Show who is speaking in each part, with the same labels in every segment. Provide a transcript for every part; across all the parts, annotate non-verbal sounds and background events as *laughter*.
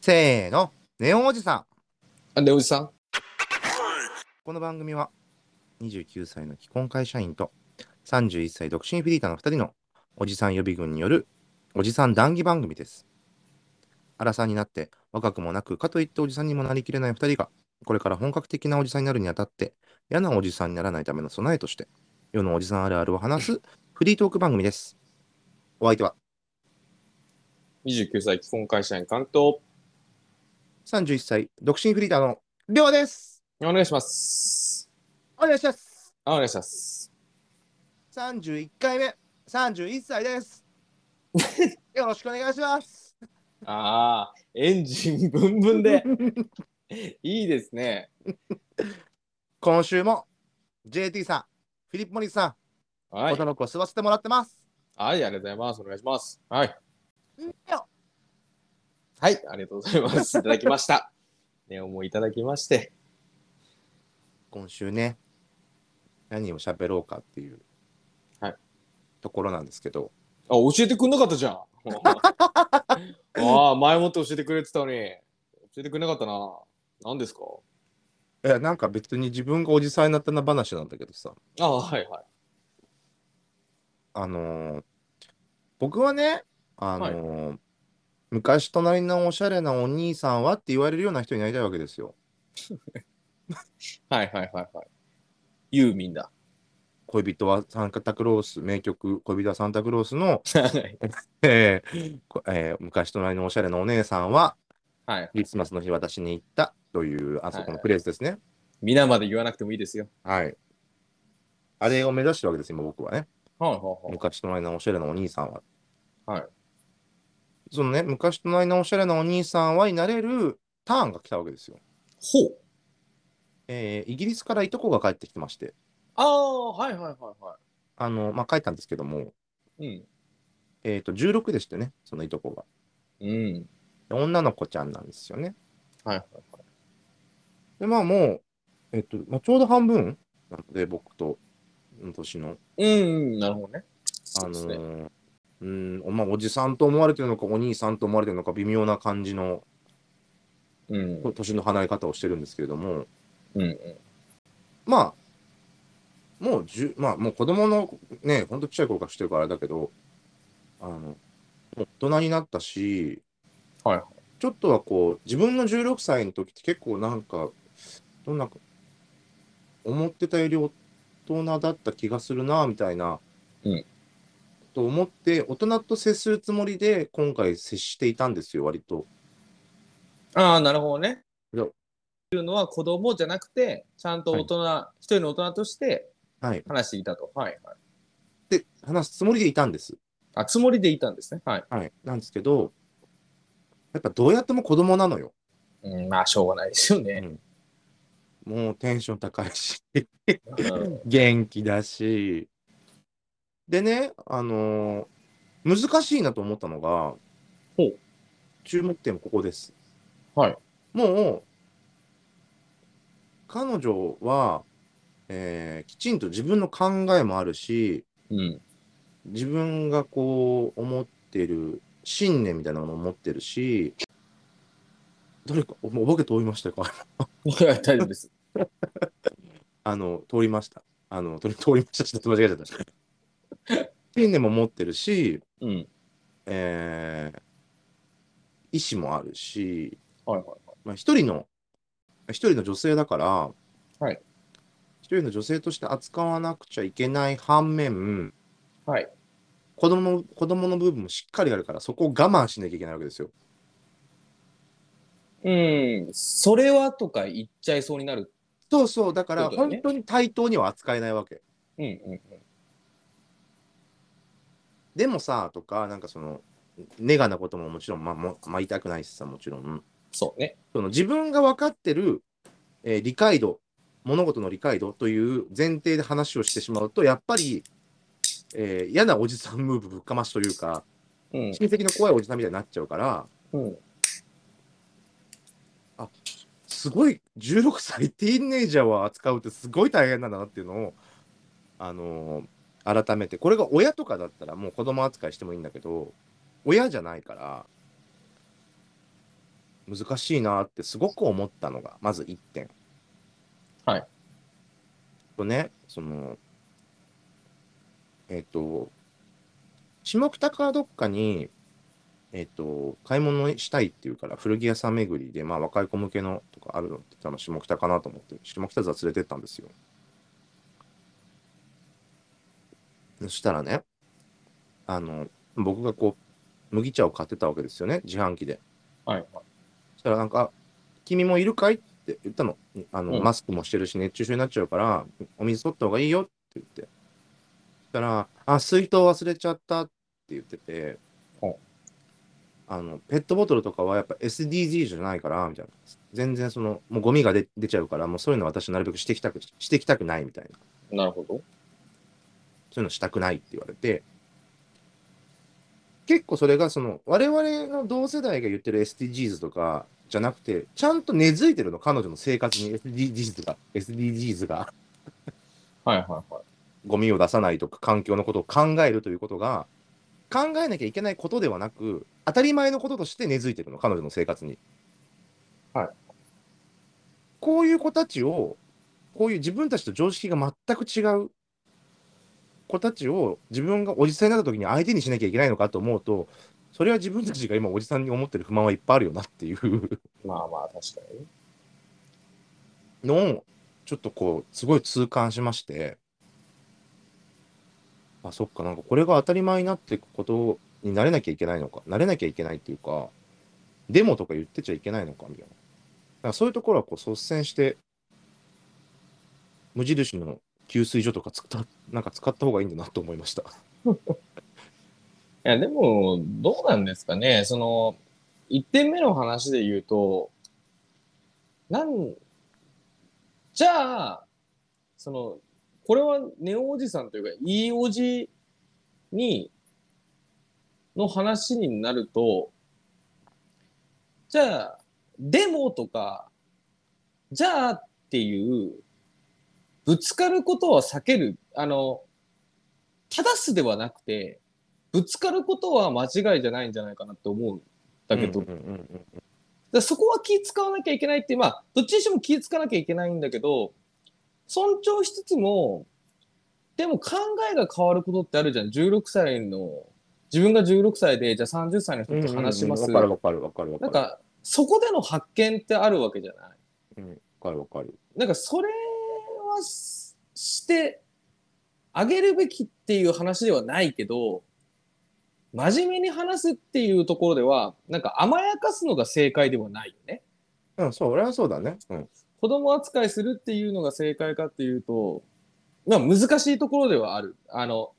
Speaker 1: せーの、ネオンおじさん。
Speaker 2: あでおじさん
Speaker 1: この番組は、29歳の既婚会社員と31歳独身フリーターの2人のおじさん予備軍によるおじさん談義番組です。荒さんになって若くもなく、かといっておじさんにもなりきれない2人が、これから本格的なおじさんになるにあたって、嫌なおじさんにならないための備えとして、世のおじさんあるあるを話すフリートーク番組です。お相手は、
Speaker 2: 29歳既婚会社員関東
Speaker 1: 31歳独身フリーターのりょうです。
Speaker 2: お願いします
Speaker 1: お願いします。
Speaker 2: あお願いします
Speaker 1: 31回目、31歳です。
Speaker 2: *laughs*
Speaker 1: よろしくお願いします。
Speaker 2: あーエンジンブンブンで *laughs* いいですね
Speaker 1: 今週も JT さん、フィリップ・モリスさん、
Speaker 2: はい
Speaker 1: おたのこを吸わせてもらってます。
Speaker 2: はいありがとうございますお願いしますはい
Speaker 1: うんよ
Speaker 2: はいありがとうございますいただきましたネオもいただきまして
Speaker 1: 今週ね、何を喋ろうかっていう、
Speaker 2: はい
Speaker 1: ところなんですけど、
Speaker 2: あ教えてくんなかったじゃん *laughs* ああ前もって教えてくれてたのに教えてくれなかったな何ですか
Speaker 1: えなんか別に自分がおじさんになったな話なんだけどさ、
Speaker 2: ああはいはい
Speaker 1: あのー僕はね、あのー昔隣のおしゃれなお兄さんはって言われるような人になりたいわけですよ。
Speaker 2: はいはいはいはいユーミンだ
Speaker 1: 恋人はサンタクロース、名曲、恋人はサンタクロース
Speaker 2: *laughs*
Speaker 1: の、
Speaker 2: はい
Speaker 1: えーこえー昔隣のおしゃれなお姉さんは、
Speaker 2: はい
Speaker 1: クリスマスの日私に行ったというあそこのフレーズですね。
Speaker 2: 皆まで言わなくてもいいですよ。
Speaker 1: はい。あれを目指してるわけです、今僕はね。
Speaker 2: はいはいはい。
Speaker 1: 昔隣のおしゃれなお兄さんは。
Speaker 2: はい。
Speaker 1: そのね、昔隣のおしゃれなお兄さんはになれるターンが来たわけですよ。
Speaker 2: ほう。
Speaker 1: えーイギリスからいとこが帰ってきてまして、
Speaker 2: ああ、はいはいはいは
Speaker 1: あの、まあ、帰ったんですけども、
Speaker 2: い。
Speaker 1: えっ、と、16でしてね、そのいとこが。
Speaker 2: うん。うん。
Speaker 1: で女の子ちゃんなんですよね。
Speaker 2: はいはいはい。
Speaker 1: で、まあもう、えっ、と、まあ、ちょうど半分なので、僕と、うん年の
Speaker 2: うん、うん、なるほどね。
Speaker 1: あ
Speaker 2: そう
Speaker 1: の
Speaker 2: ですね。
Speaker 1: ーうんまあ、おじさんと思われてるのかお兄さんと思われてるのか微妙な感じの
Speaker 2: うん。
Speaker 1: こ年の離れ方をしてるんですけれども
Speaker 2: うんうん。
Speaker 1: まあもうじゅ、まあ、もう子供のねほんとちっちゃい頃からしてるからあれだけどあのもう大人になったし、
Speaker 2: はい
Speaker 1: ちょっとはこう自分の16歳の時って結構なんかどんな思ってたより大人だった気がするなみたいな、
Speaker 2: うん
Speaker 1: と思って大人と接するつもりで今回接していたんですよ割と。
Speaker 2: ああ、なるほどね。
Speaker 1: いや
Speaker 2: いうのは子供じゃなくて、ちゃんと大人、一人の大人として
Speaker 1: はい、
Speaker 2: 話していたと。はいはい。
Speaker 1: で話すつもりでいたんです。
Speaker 2: あ、つもりでいたんですね。はい。
Speaker 1: はい、なんですけど、やっぱどうやっても子供なのよ。
Speaker 2: うん、まあ、しょうがないですよね。
Speaker 1: もうテンション高いし、
Speaker 2: うん。
Speaker 1: 元気だし。でね、あのー難しいなと思ったのが、
Speaker 2: ほう
Speaker 1: 注目点はここです。
Speaker 2: はい。
Speaker 1: もう、彼女は、えーきちんと自分の考えもあるし、
Speaker 2: うん。 *laughs*
Speaker 1: 自分がこう思ってる信念みたいなものを持ってるし誰かおお化け通りましたか
Speaker 2: いや大丈夫です。
Speaker 1: あの通りましたあの通り通りましたちょっと間違えちゃった信念も持ってるし、
Speaker 2: うん。
Speaker 1: えー意思もあるし、
Speaker 2: はいはいはい。
Speaker 1: まあ、一人の一人の女性だから、
Speaker 2: はい
Speaker 1: 一人の女性として扱わなくちゃいけない反面
Speaker 2: はい。
Speaker 1: 子供の子供の部分もしっかりあるからそこを我慢しなきゃいけないわけですよ。
Speaker 2: うん。それはとか言っちゃいそうになる。
Speaker 1: そうそう、だから
Speaker 2: そうだよね
Speaker 1: 本当に対等には扱えないわけ。
Speaker 2: うんうんうん。
Speaker 1: でもさ、とか、なんかその、ネガなことももちろん、まあ、もまあ、言いたくないしさ、もちろん。
Speaker 2: そうね。
Speaker 1: その自分が分かってる、えー理解度、物事の理解度という前提で話をしてしまうと、やっぱり、えー嫌なおじさんムーブぶっかましというか、
Speaker 2: うん。
Speaker 1: 親戚の怖いおじさんみたいになっちゃうから、
Speaker 2: うん。
Speaker 1: すごい、16歳ティーンエイジャーを扱うってすごい大変なんだなっていうのを、あのー改めて、これが親とかだったらもう子供扱いしてもいいんだけど、親じゃないから、難しいなってすごく思ったのがまず1点。
Speaker 2: はい。
Speaker 1: とねそのえっ、と下北かどっかにえっ、と買い物したいっていうから古着屋さん巡りでまあ若い子向けのとかあるのって多分下北かなと思って下北沢連れてったんですよ。そしたらねあの僕がこう麦茶を買ってたわけですよね自販機で。
Speaker 2: はい。
Speaker 1: そしたらなんか、君もいるかいって言ったの。あの、
Speaker 2: うん
Speaker 1: マスクもしてるし、熱中症になっちゃうから、お水取った方がいいよって言って。そしたら、あ、水筒忘れちゃったって言ってて
Speaker 2: ほ、
Speaker 1: あの、ペットボトルとかはやっぱ SDG じゃないから、みたいな。全然その、もうゴミが出出ちゃうから、もうそういうの私なるべくしてきたく、してきたくないみたいな。
Speaker 2: なるほど。
Speaker 1: そういうのしたくないって言われて、結構それがその我々の同世代が言ってる SDGs とかじゃなくて、ちゃんと根付いてるの、彼女の生活に SDGs が、SDGs が
Speaker 2: はいはいはい。
Speaker 1: ゴミを出さないとか環境のことを考えるということが、考えなきゃいけないことではなく、当たり前のこととして根付いてるの、彼女の生活に。
Speaker 2: はい。
Speaker 1: こういう子たちを、こういう自分たちと常識が全く違う子たちを自分がおじさんになった時に相手にしなきゃいけないのかと思うと、それは自分たちが今おじさんに思ってる不満はいっぱいあるよなっていう。
Speaker 2: まあまあ、確かにね。
Speaker 1: のをちょっとこうすごい痛感しましてあそっかなんかこれが当たり前になっていくことになれなきゃいけないのかなれなきゃいけないっていうかデモとか言ってちゃいけないのかみたいななんかそういうところはこう率先して無印の給水所とか使ったなんか使った方がいいんだなと思いました。
Speaker 2: いや、でも、どうなんですかね。その、1点目の話で言うと、なん、じゃあ、その、これはネオおじさんというか、いいおじに、の話になると、じゃあ、デモとか、じゃあっていう、ぶつかることは避ける、あの、正すではなくて、ぶつかることは間違いじゃないんじゃないかなって思うんだけど、
Speaker 1: うんうんうんうん
Speaker 2: だからそこは気使わなきゃいけないっていう、まあ、どっちにしても気使わなきゃいけないんだけど、尊重しつつも、でも考えが変わることってあるじゃん。16歳の、自分が16歳で、じゃあ30歳の人と話します。
Speaker 1: わかるわかるわかるわか
Speaker 2: な
Speaker 1: る。
Speaker 2: んか、そこでの発見ってあるわけじゃない
Speaker 1: うんわかるわかる。
Speaker 2: なんか、それはしして、あげるべきっていう話ではないけど、真面目に話すっていうところでは、なんか甘やかすのが正解ではないよね。
Speaker 1: うん、そう、俺はそうだね。うん。
Speaker 2: 子供扱いするっていうのが正解かっていうと、まあ難しいところではある。あの、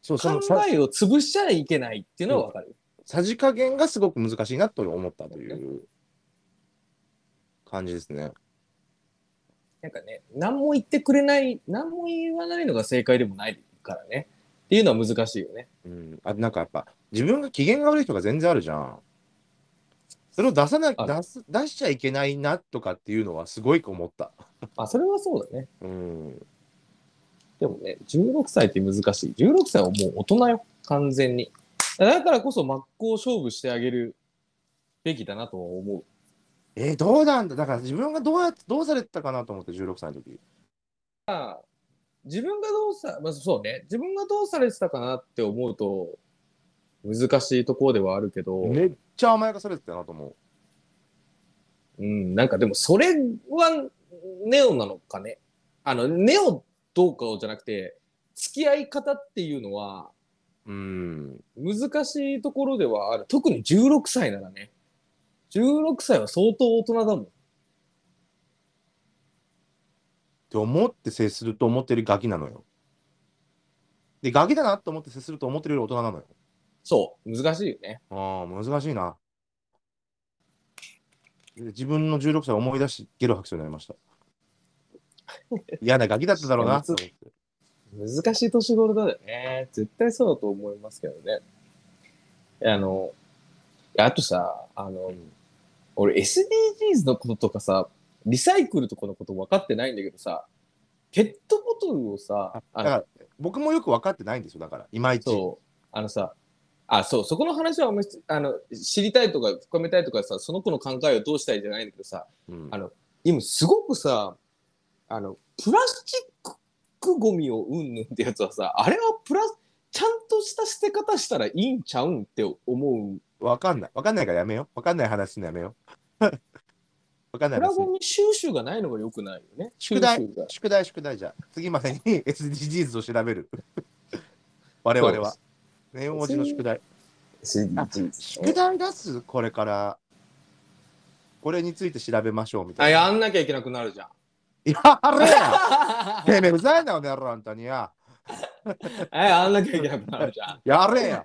Speaker 1: そう、そ
Speaker 2: 考
Speaker 1: のさ
Speaker 2: えを潰しちゃいけないっていうのはわかる。
Speaker 1: さじ加減がすごく難しいなと思ったという感じですね。
Speaker 2: なんかね、何も言ってくれない、何も言わないのが正解でもないからね。っていうのは難しいよね。
Speaker 1: うん、あなんかやっぱ自分が機嫌が悪い人が全然あるじゃん。それを出さな
Speaker 2: あ
Speaker 1: 出す出しちゃいけないなとかっていうのはすごい思った。
Speaker 2: まあそれはそうだね。
Speaker 1: うん、
Speaker 2: でもね、16歳って難しい。16歳はもう大人よ。完全に。だからこそ真っ向勝負してあげるべきだなとは思う。
Speaker 1: えーどうなんだだから自分がどうやってどうされてたかなと思って16歳の時。
Speaker 2: 自分がどうさ、まあ、そうね、自分がどうされてたかなって思うと、難しいところではあるけど、
Speaker 1: めっちゃ甘やかされてたなと思
Speaker 2: うん、なんかでもそれはネオなのかね。あの、ネオどうかをじゃなくて、付き合い方っていうのは
Speaker 1: う。うん。
Speaker 2: 難しいところではある。特に16歳ならね。16歳は相当大人だもん。
Speaker 1: って思って接すると思ってるガキなのよ。で、ガキだなと思って接すると思ってるより大人なのよ。
Speaker 2: そう、難しいよね。
Speaker 1: ああ、難しいな。自分の16歳を思い出してゲロ吐きそうになり
Speaker 2: *laughs*
Speaker 1: ました。嫌なガキだっただろうなと思って。
Speaker 2: 難しい年頃だよね。絶対そうだと思いますけどね。あの、あとさ、あの、俺 SDGs のこととかさ、リサイクルとかのこと分かってないんだけどさ、ペットボトルをさ、あ
Speaker 1: だか
Speaker 2: の
Speaker 1: ら僕もよく分かってないんですよ、だから、いまいち。
Speaker 2: そう、あのさ、あ、そう、そこの話はあんまりあの知りたいとか深めたいとかさ、その子の考えをどうしたいじゃないんだけどさ、
Speaker 1: うん
Speaker 2: あの今すごくさ、あの、プラスチックゴミをうんぬんってやつはさ、あれはプラス、ちゃんとした捨て方したらいいんちゃうんって思う。
Speaker 1: わかんない。わかんないからやめよう。わかんない話すんのやめよう。 *laughs* わかんな
Speaker 2: プ
Speaker 1: いで
Speaker 2: ラ
Speaker 1: す
Speaker 2: ゴミ収集がないのが良くないよね。
Speaker 1: 宿題
Speaker 2: 収集が
Speaker 1: 宿題、宿題じゃ。次までに *laughs* SDGs を調べ
Speaker 2: *laughs*
Speaker 1: る。我々は
Speaker 2: そ。
Speaker 1: ネオ文字の宿題。宿題出すこれから。これについて調べましょうみた
Speaker 2: あ、
Speaker 1: いな。
Speaker 2: やんなきゃいけなくなる
Speaker 1: *laughs*
Speaker 2: じゃん。
Speaker 1: いや、あれやてめえ、うざいな、おねやろ、あんたにや。
Speaker 2: あやんなきゃいけなくなるじゃん。
Speaker 1: やれや。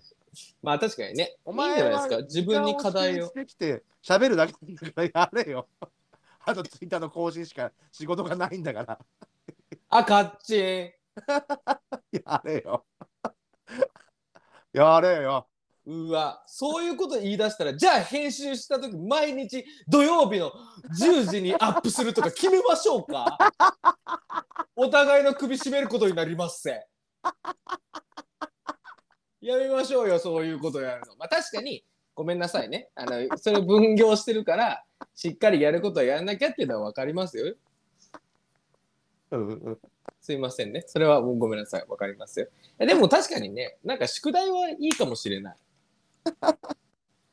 Speaker 2: まあ確かにね。
Speaker 1: お前はい
Speaker 2: いんじゃないですか。自分に課題を。
Speaker 1: できて、喋るだけなんだからやれよ。あと、ツイッターの更新しか仕事がないんだから。
Speaker 2: あ、かっちん。
Speaker 1: やれよ。やれよ。
Speaker 2: うわ、そういうこと言い出したら、じゃあ編集した時毎日土曜日の10時にアップするとか決めましょうか。お互いの首絞めることになりますせ。やめましょうよ、そういうことやるの。まあ確かに、ごめんなさいね。あの、それ分業してるから、しっかりやることはやんなきゃっていうのは分かりますよ。
Speaker 1: うんうん
Speaker 2: すいませんね。それはもうごめんなさい。わかりますよ。えでも確かにね、なんか宿題はいいかもしれない。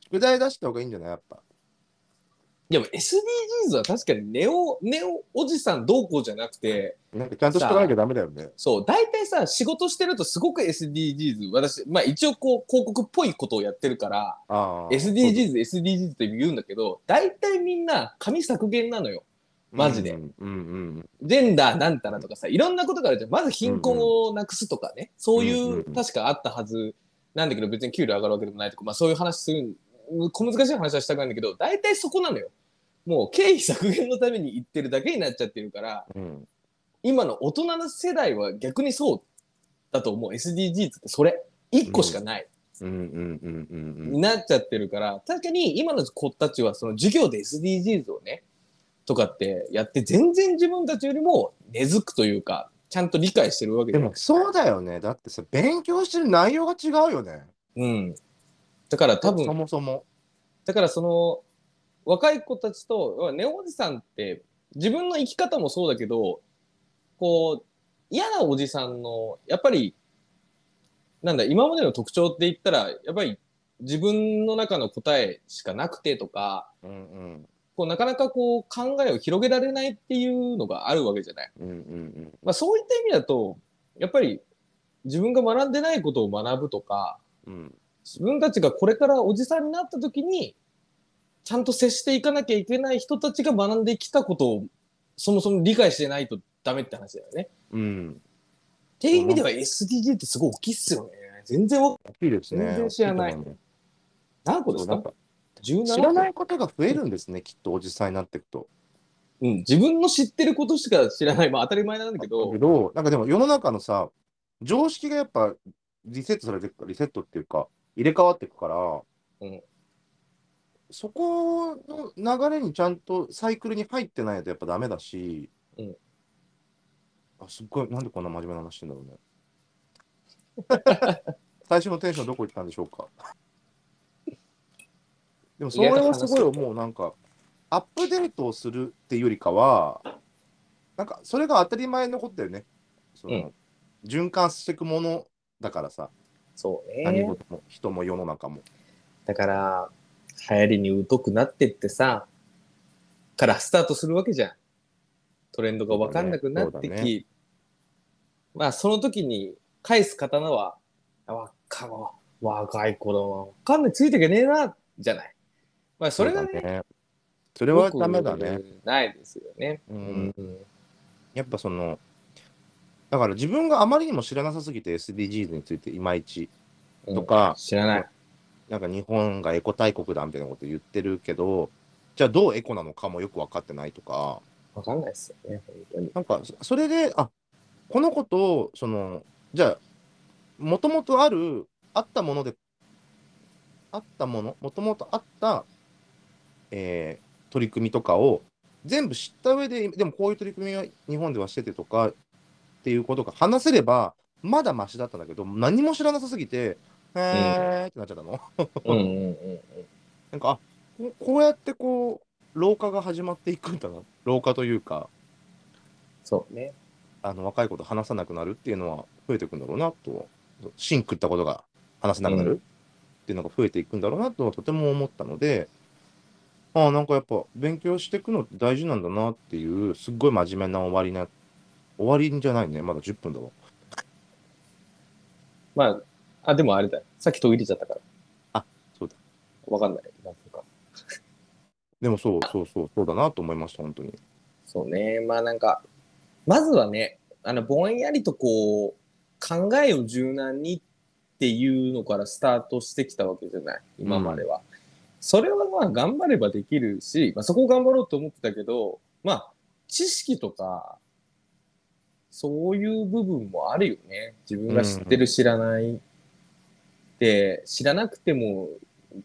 Speaker 1: 宿題出した方がいいんじゃないやっぱ。
Speaker 2: でも SDGs は確かにネオ、ネオおじさんどうこうじゃなくて、
Speaker 1: なんかちゃんとしとかなきゃダメだよね。
Speaker 2: そう、大体さ、仕事してるとすごく SDGs、私、まあ一応こう、広告っぽいことをやってるから、
Speaker 1: ああ。
Speaker 2: SDGs、SDGs って言うんだけど、大体みんな紙削減なのよ。マジで
Speaker 1: うんうんうん
Speaker 2: ジェンダーなんたらとかさ、いろんなことがあるじゃん。まず貧困をなくすとかね、そうい
Speaker 1: うん
Speaker 2: う
Speaker 1: うん、
Speaker 2: 確かあったはずなんだけど、別に給料上がるわけでもないとか、まあそういう話する、小難しい話はしたくないんだけど、大体そこなのよ。もう経費削減のために言ってるだけになっちゃってるから、
Speaker 1: うんうん。
Speaker 2: 今の大人の世代は逆にそうだと思う。SDGs ってそれ、1個しかない、
Speaker 1: うんうんうんうんう
Speaker 2: に
Speaker 1: ん。
Speaker 2: なっちゃってるから、確かに今の子たちはその授業で SDGs をね、とかってやって、全然自分たちよりも根付くというか、ちゃんと理解してるわけ
Speaker 1: で
Speaker 2: じゃな
Speaker 1: も
Speaker 2: くて
Speaker 1: そうだよね。だってさ、勉強してる内容が違うよね。
Speaker 2: うん。だから多
Speaker 1: そ
Speaker 2: 分、
Speaker 1: もそも。
Speaker 2: だからその、若い子たちと、要はネオおじさんって、自分の生き方もそうだけど、こう、嫌なおじさんの、やっぱり、なんだ、今までの特徴って言ったら、やっぱり自分の中の答えしかなくてとか、
Speaker 1: うんうん
Speaker 2: こうなかなかこう考えを広げられないっていうのがあるわけじゃない。
Speaker 1: うんうん
Speaker 2: まあそういった意味だと、やっぱり自分が学んでないことを学ぶとか、
Speaker 1: うんうん。
Speaker 2: 自分たちがこれからおじさんになった時に、ちゃんと接していかなきゃいけない人たちが学んできたことを、そもそも理解してないとダメって話だよね。
Speaker 1: うん。
Speaker 2: っていう意味では SDG ってすごい大きいっすよね。全然わ
Speaker 1: 大きいですね。
Speaker 2: 全然知らない
Speaker 1: 大きいと思うね
Speaker 2: 何個で
Speaker 1: そ
Speaker 2: す
Speaker 1: うなん
Speaker 2: か
Speaker 1: か
Speaker 2: ?17
Speaker 1: 知らないことが増えるんですね、きっとおじさんになっていくと。
Speaker 2: うん、自分の知ってることしか知らない。まあ当たり前なんだけど
Speaker 1: け、ど、なんかでも世の中のさ、常識がやっぱリセットされていくリセットっていうか、入れ替わっていくから、
Speaker 2: うん
Speaker 1: そこの流れにちゃんとサイクルに入ってないとやっぱダメだし、
Speaker 2: うん
Speaker 1: あすっごい、なんでこんな真面目な話してんだろうね。 *laughs* 最初のテンションどこ行ったんでしょうか。でもそれはすごい思う、なんか、アップデートをするっていうよりかは、なんかそれが当たり前のことだよね。その
Speaker 2: うん
Speaker 1: 循環していくものだからさ、
Speaker 2: そう
Speaker 1: 何
Speaker 2: ね。
Speaker 1: 事も人も世の中も。
Speaker 2: だから、流行りに疎くなってってさ、からスタートするわけじゃん。トレンドが分かんなくなって
Speaker 1: そう
Speaker 2: き、
Speaker 1: だね
Speaker 2: まあその時に返す刀は、わかわ若い頃は分かんない、ついてけねえな、じゃない。まあそれが
Speaker 1: そう
Speaker 2: ね、
Speaker 1: だね。それはダメだね
Speaker 2: よ。くないですよね。
Speaker 1: う、
Speaker 2: うんん
Speaker 1: やっぱその、だから自分があまりにも知らなさすぎて SDGs についていまいち
Speaker 2: うん
Speaker 1: とか、
Speaker 2: 知らない。
Speaker 1: なんか日本がエコ大国だみたいなこと言ってるけど、じゃあどうエコなのかもよく分かってないとか、
Speaker 2: 分かんないですよね、本
Speaker 1: *laughs*
Speaker 2: 当に。
Speaker 1: なんかそそれで、あこのことを、その、じゃあ、もともとある、あったもので、あったもの、もともとあった、えー取り組みとかを全部知った上で、でもこういう取り組みは日本ではしててとかっていうことが話せれば、まだマシだったんだけど、何も知らなさすぎて、へーってなっちゃったの。
Speaker 2: うんうんうん
Speaker 1: なんか、あここうやってこう、老化が始まっていくんだな。老化というか、
Speaker 2: そうね。
Speaker 1: あの若い子と話さなくなるっていうのは増えていくんだろうなと、シンクったことが話せなくな
Speaker 2: うん
Speaker 1: るっていうのが増えていくんだろうなとはとても思ったので、ああ、なんかやっぱ勉強していくのって大事なんだなっていう、すっごい真面目な終わりな、終わりじゃないね、まだ10分だわ。
Speaker 2: まあ、あ、でもあれだよ。さっき途切れちゃったから。
Speaker 1: あ、そうだ。
Speaker 2: わかんない。なんとか。
Speaker 1: でもそうそうそう、そうだなと思いました、本当に。
Speaker 2: そうね。まあなんか、まずはね、あの、ぼんやりとこう、考えを柔軟にっていうのからスタートしてきたわけじゃない。今までは。それはまあ頑張ればできるし、まあそこを頑張ろうと思ってたけど、まあ、知識とか、そういう部分もあるよね。自分が知ってる、知らない。で、知らなくても、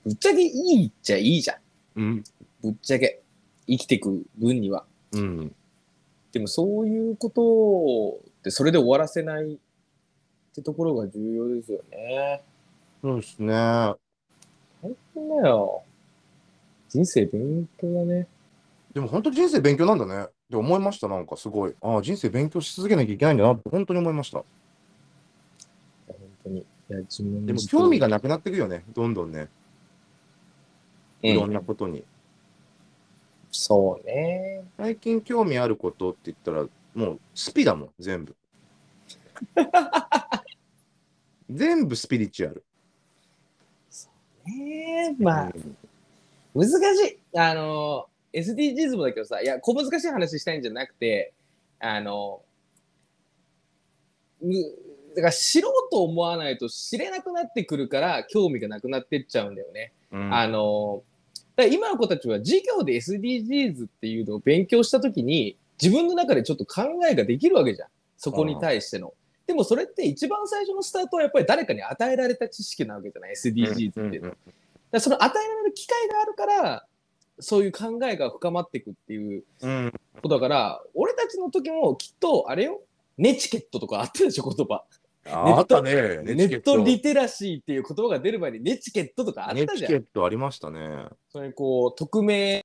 Speaker 2: ぶっちゃけいいっちゃいいじゃん。
Speaker 1: うん。
Speaker 2: ぶっちゃけ。生きてく分には。
Speaker 1: うん。
Speaker 2: でもそういうことをでそれで終わらせないってところが重要ですよね。
Speaker 1: そうですね。
Speaker 2: 本当だよ。人生勉強だね。
Speaker 1: でも本当人生勉強なんだねって思いました、なんかすごい。ああ、人生勉強し続けなきゃいけないんだなって本当に思いました。
Speaker 2: 本当に。いや、自分の
Speaker 1: でも
Speaker 2: 実力
Speaker 1: 興味がなくなっていくよね、どんどんね、いろんなことに。
Speaker 2: そうね。
Speaker 1: 最近興味あることって言ったら、もうスピだもん、全
Speaker 2: *laughs*
Speaker 1: 部。全部スピリチュアル。
Speaker 2: ねえ、まあ、
Speaker 1: うん
Speaker 2: 難しい。あの、SDGs もだけどさ、いや、小難しい話したいんじゃなくて、あの、むだから知ろうと思わないと知れなくなってくるから興味がなくなってっちゃうんだよね。
Speaker 1: うん
Speaker 2: あの、だから今の子たちは授業で SDGs っていうのを勉強したときに、自分の中でちょっと考えができるわけじゃん。そこに対しての。でもそれって一番最初のスタートはやっぱり誰かに与えられた知識なわけじゃない ?SDGs って。だ
Speaker 1: うんう
Speaker 2: か
Speaker 1: んうん
Speaker 2: らその与えられる機会があるから、そういう考えが深まっていくっていう
Speaker 1: うん
Speaker 2: ことだから、俺たちの時もきっと、あれよ、ネチケットとかあったでしょ、言葉。
Speaker 1: ああったね。
Speaker 2: ネットリテラシーっていう言葉が出る前にネチケットとかあっ
Speaker 1: ネ
Speaker 2: たじ
Speaker 1: チ
Speaker 2: ゃん
Speaker 1: ケ。ットありましたね。
Speaker 2: それこう匿名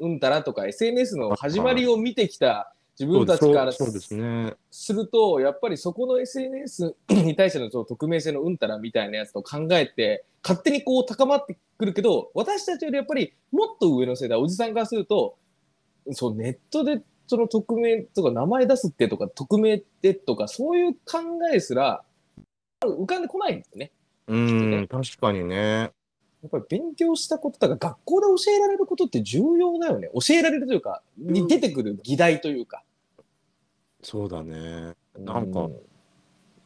Speaker 2: うんたらとか SNS の始まりを見てきた自分たちから
Speaker 1: そうです
Speaker 2: す
Speaker 1: ね。
Speaker 2: るとやっぱりそこの SNS に対してのその匿名性のうんたらみたいなやつと考えて勝手にこう高まってくるけど私たちよりやっぱりもっと上の世代おじさんからするとそうネットでその匿名とか名前出すってとか匿名ってとかそういう考えすら浮かんでこないんですよね。
Speaker 1: うん、確かにね。
Speaker 2: やっぱり勉強したことだから学校で教えられることって重要だよね教えられるというかに出てくる議題というか、
Speaker 1: そうだね。なんか
Speaker 2: う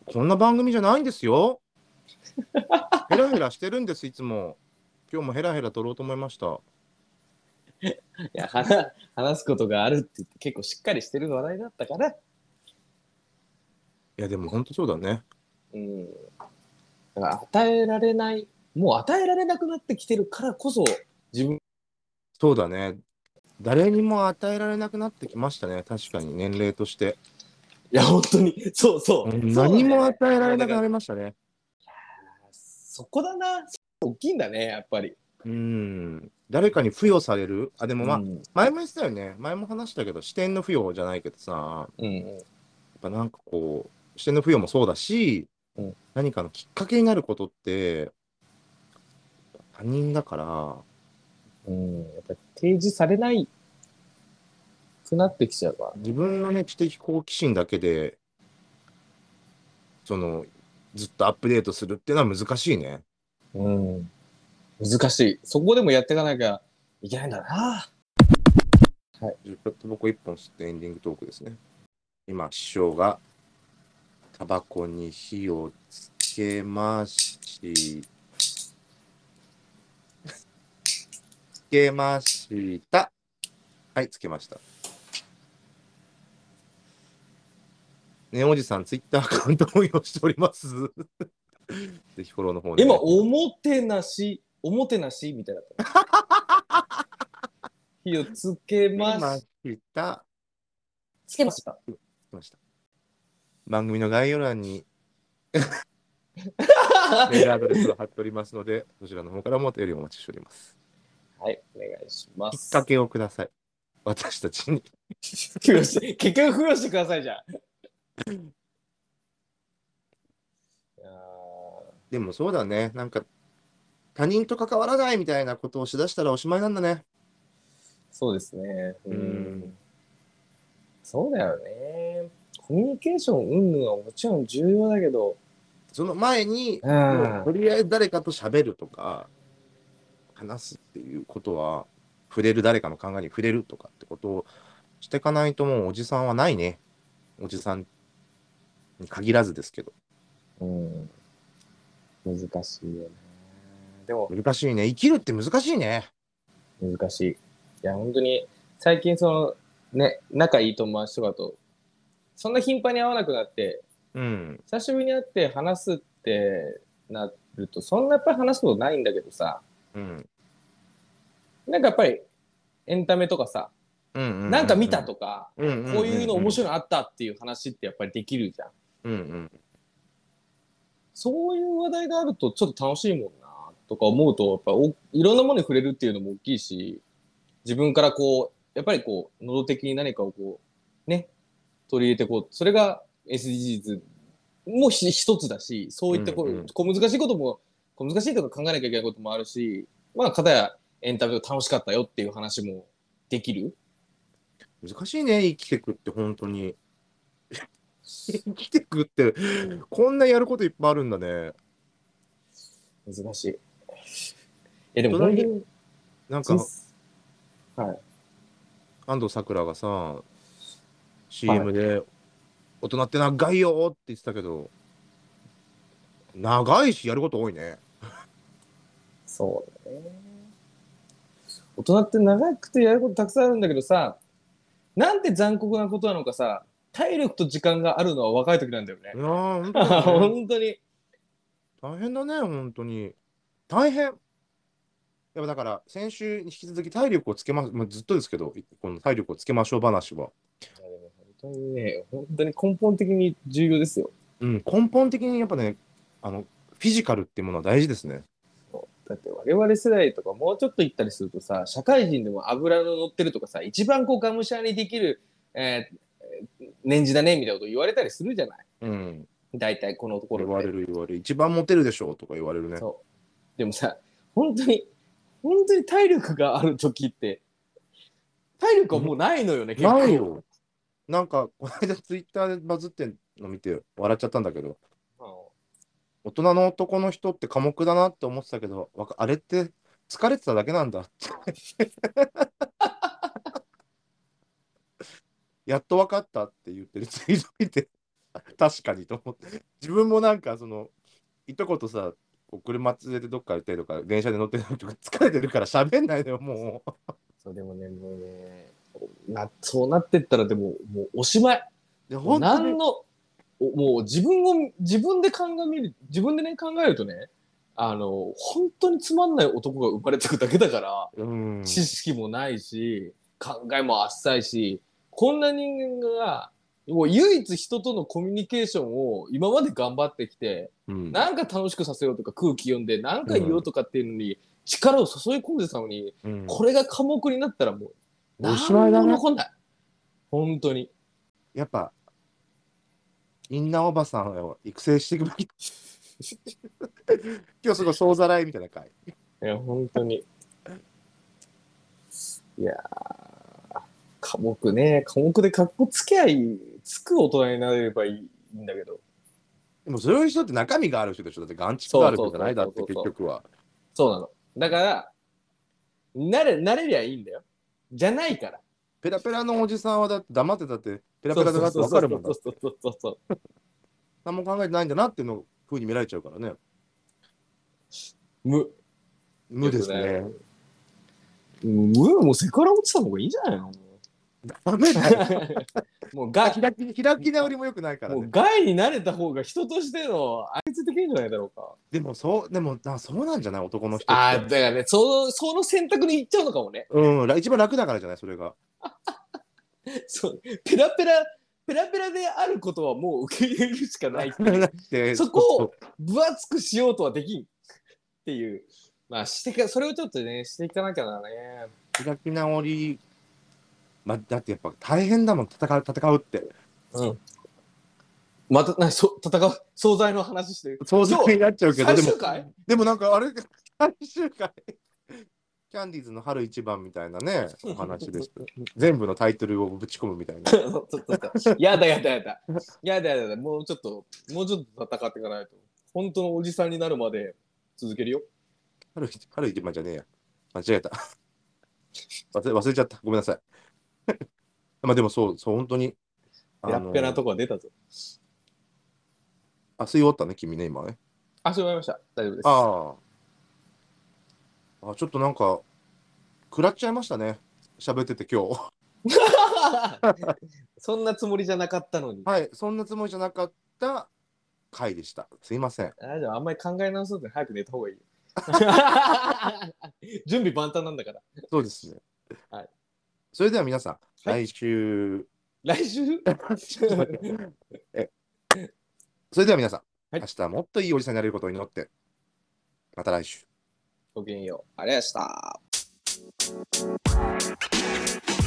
Speaker 1: こんな番組じゃないんですよ。ヘラヘラしてるんです、いつも。今日もヘラヘラ撮ろうと思いました。
Speaker 2: いや話 *laughs* 話すことがあるって言って結構しっかりしてる話題だったから、
Speaker 1: いや、でも本当そうだね。
Speaker 2: うん、だから与えられないもう与えられなくなってきてるからこそ自分
Speaker 1: そうだね。誰にも与えられなくなってきましたね。確かに年齢として。
Speaker 2: いや本当にそうそう、そう
Speaker 1: 何も
Speaker 2: だよね
Speaker 1: 与えられなくなりましたね。
Speaker 2: そこだな大きいんだねやっぱり、
Speaker 1: うん。誰かに付与される。あ、でもまあ、
Speaker 2: うん
Speaker 1: 前も言ってたよね。前も話したけど、視点の付与じゃないけどさ、
Speaker 2: うん
Speaker 1: やっぱなんかこう、視点の付与もそうだし、
Speaker 2: うん
Speaker 1: 何かのきっかけになることって、他人だから、
Speaker 2: うん、やっぱり提示されないくなってきちゃうから
Speaker 1: 自分のね知的好奇心だけでそのずっとアップデートするっていうのは難しいね。
Speaker 2: うん。難しい。そこでもやっていかなきゃいけないんだな。
Speaker 1: タバコ一本吸ってエンディングトークですね。今師匠がタバコに火をつけましつけました。はいつけました。ねおじさんツイッターアカウント運用しております。ぜひフォローの方お願いし
Speaker 2: 今、
Speaker 1: ます
Speaker 2: おもてなし、おもてなしみたいだった。火をつけま
Speaker 1: ま
Speaker 2: し
Speaker 1: した。
Speaker 2: つけました。
Speaker 1: *laughs* ました。番組の概要欄にメールアドレスを貼っておりますので、そちらの方からもお便りをお待ちしております。
Speaker 2: はい、お願いしま
Speaker 1: きっ
Speaker 2: す。
Speaker 1: かけをください。私たちに。
Speaker 2: 苦労して、 *laughs* 結局苦労してくださいじゃん。 *laughs* いや
Speaker 1: でもそうだね。なんか、他人と関わらないみたいなことをしだしたらおしまいなんだね。
Speaker 2: ーそうですね。う
Speaker 1: うん
Speaker 2: ん。そうだよね。コミュニケーション云々はもちろん重要だけど、
Speaker 1: その前に、
Speaker 2: うん
Speaker 1: とりあえず誰かと喋るとか、話すっていうことは、触れる誰かの考えに触れるとかってことをしていかないともうおじさんはないね。おじさんに限らずですけど。
Speaker 2: うん。難しいよね。でも、
Speaker 1: 難しいね。生きるって難しいね。
Speaker 2: 難しい。いや、本当に、最近その、ね、仲いい友達とかと、そんな頻繁に会わなくなって、
Speaker 1: うん。
Speaker 2: 久しぶりに会って話すってなると、そんなやっぱり話すことないんだけどさ、
Speaker 1: うん。
Speaker 2: なんかやっぱり、エンタメとかさ、
Speaker 1: うんうん
Speaker 2: なんか見たとか、
Speaker 1: うんうんうん、
Speaker 2: こういうの面白い
Speaker 1: い。
Speaker 2: のあったっていう話ってやっぱりできるじゃん。
Speaker 1: うんうん。
Speaker 2: そういう話題があるとちょっと楽しいもんなとか思うと、やっぱおいろんなものに触れるっていうのも大きいし、自分からこう、やっぱりこう、能動的に何かをこう、ね、取り入れてこう、それが SDGs もひ一つだし、そういったこう、
Speaker 1: うんうん
Speaker 2: 小難しいことも、小難しいとか考えなきゃいけないこともあるし、まあ、片やエンタメが楽しかったよっていう話もできる。
Speaker 1: 難しいね、生きてくって本当
Speaker 2: *laughs*
Speaker 1: に。生きてくって、こんなやることいっぱいあるんだね。
Speaker 2: 難しい。え、でも
Speaker 1: 隣
Speaker 2: 本
Speaker 1: に
Speaker 2: 当に、
Speaker 1: なんか
Speaker 2: 人、はい。
Speaker 1: 安藤サクラがさ、CM で、大人って長いよって言ってたけど、長いし、やること多いね。
Speaker 2: そうだね。大人って長くてやることたくさんあるんだけどさ、なんて残酷なことなのかさ、体力と時間があるのは若い時なんだよね
Speaker 1: い。やー、本当 *laughs* にね
Speaker 2: *laughs*
Speaker 1: 大
Speaker 2: 本当に。
Speaker 1: 変だね、本当に。大変。やっぱだから、先週に引き続き体力をつけます、まあ、ずっとですけど、この体力をつけましょう話は。
Speaker 2: 本当にね、本当に根本的に重要ですよ。
Speaker 1: うん、根本的にやっぱね、あの、フィジカルってものは大事ですね。
Speaker 2: だって我々世代とかもうちょっと行ったりするとさ、社会人でも油の乗ってるとかさ、一番こうがむしゃらにできる、えーえー年次だねみたいなこと言われたりするじゃない
Speaker 1: うん。
Speaker 2: 大体このところ
Speaker 1: 言
Speaker 2: って
Speaker 1: われる言われる。一番モテるでしょうとか言われるね。
Speaker 2: そう。でもさ、本当に、本当に体力がある時って、体力はもうないのよね、結構。
Speaker 1: ないよ。なんか、 *laughs* この間ツイッターでバズってんの見て笑っちゃったんだけど、
Speaker 2: うん。
Speaker 1: 大人の男の人って寡黙だなって思ってたけど、わかあれって疲れてただけなんだ *laughs* って。やっと分かったって言ってるツイート見て、確かにと思って。自分もなんか、その、いとことさ、こう車連れてどっか行ったりとか、電車で乗ってるとか、疲れてるから喋んないのよ、もう。
Speaker 2: そう、でもね、もうね、なそうなってったら、でも、もうおしまい。
Speaker 1: で、本当
Speaker 2: 何
Speaker 1: に、
Speaker 2: の、おもう自分を、自分で鑑みる、自分でね、考えるとね、あの、本当につまんない男が生まれてくだけだから、
Speaker 1: うん、
Speaker 2: 知識もないし、考えも浅いし、こんな人間が、もう唯一人とのコミュニケーションを今まで頑張ってきて、
Speaker 1: うん
Speaker 2: なんか楽しくさせようとか空気読んで、なんか言おうとかっていうのに力を注い込んでたのに、
Speaker 1: うん
Speaker 2: これが科目になったらもう、
Speaker 1: おしまいだね
Speaker 2: 何も残んない。本当に。
Speaker 1: やっぱ、インナーおばさんを育成していく
Speaker 2: *laughs*
Speaker 1: べき。今日すごい総ざらいみたいな回。
Speaker 2: いや、本当に。いやー、科目ね、科目で格好つけゃいい、つく大人になれればいいいいんだけど。
Speaker 1: でもそういう人って中身がある人でしょ。だってガンチクがある人じゃないだ
Speaker 2: そう
Speaker 1: っ
Speaker 2: そう
Speaker 1: て
Speaker 2: そ
Speaker 1: 結
Speaker 2: うそう
Speaker 1: 局は。
Speaker 2: そうなの。だから、なれ、なれりゃいいんだよ。じゃないから。
Speaker 1: ペラペラのおじさんはだって黙ってたって、ペラペラだなって
Speaker 2: そう
Speaker 1: わかるもんだ
Speaker 2: そう。そうそうそうそう。
Speaker 1: 何も考えてないんだなっていうのを風に見られちゃうからね。
Speaker 2: 無。
Speaker 1: 無ですね
Speaker 2: よ。無、もうセクハラ落ちた方がいいんじゃないの
Speaker 1: ダメだ
Speaker 2: *laughs*
Speaker 1: よ。
Speaker 2: もう、が、
Speaker 1: 開き開き直りも良くないから
Speaker 2: も
Speaker 1: ね
Speaker 2: う。害になれた方が人としての、あいつできるんじゃないだろうか。
Speaker 1: でもそう、でもなそうなんじゃない男の人
Speaker 2: ああ、
Speaker 1: っ
Speaker 2: だ
Speaker 1: て。
Speaker 2: からね、その、その選択に行っちゃうのかもね。
Speaker 1: うん、ら一番楽だからじゃない、それが。
Speaker 2: そう、ペラペラ、ペラペラであることはもう受け入れるしかない
Speaker 1: *laughs*
Speaker 2: っていう
Speaker 1: だって
Speaker 2: そこを分厚くしようとはできんっていう。まあ、してか、それをちょっとね、していかなきゃだね。
Speaker 1: 開き直り、まあ、だってやっぱ大変だもん戦う戦うって
Speaker 2: うん。また、な、そ、戦う、惣菜の話してる。 *laughs*
Speaker 1: 想像になっちゃうけど
Speaker 2: 最
Speaker 1: でも
Speaker 2: 終回
Speaker 1: でもなんかあれ最終回キャンディーズの春一番みたいなねお話
Speaker 2: *laughs*
Speaker 1: です全部のタイトルをぶち込むみたいな
Speaker 2: ちょっとちょっとやだやだやだ。やだやだやだ。もうちょっと、もうちょっと戦っていかないと。本当のおじさんになるまで続けるよ。
Speaker 1: 春一春一番じゃねえや間違えた忘れ忘れちゃったごめんなさい *laughs* まあでもそうそう本当に
Speaker 2: ペラッペラなとこは出たぞ。
Speaker 1: あのあ吸い終わったね君ね今ね
Speaker 2: あ、しまいました。大丈夫です。
Speaker 1: あああちょっとなんか食らっちゃいましたね喋ってて今日 *laughs*
Speaker 2: そんなつもりじゃなかったのに。
Speaker 1: はいそんなつもりじゃなかった回でしたすいません
Speaker 2: あじゃああんまり考え直そうで早く寝た方がいい *laughs* よ。準備万端なんだから。
Speaker 1: そうですね
Speaker 2: はい
Speaker 1: それでは皆さん、
Speaker 2: は
Speaker 1: 来週
Speaker 2: 来週 *laughs*
Speaker 1: それでは皆さん、
Speaker 2: はい
Speaker 1: 明日もっといいおじさんになれることを祈ってまた来週
Speaker 2: ごきげんよう。ありがとうございました。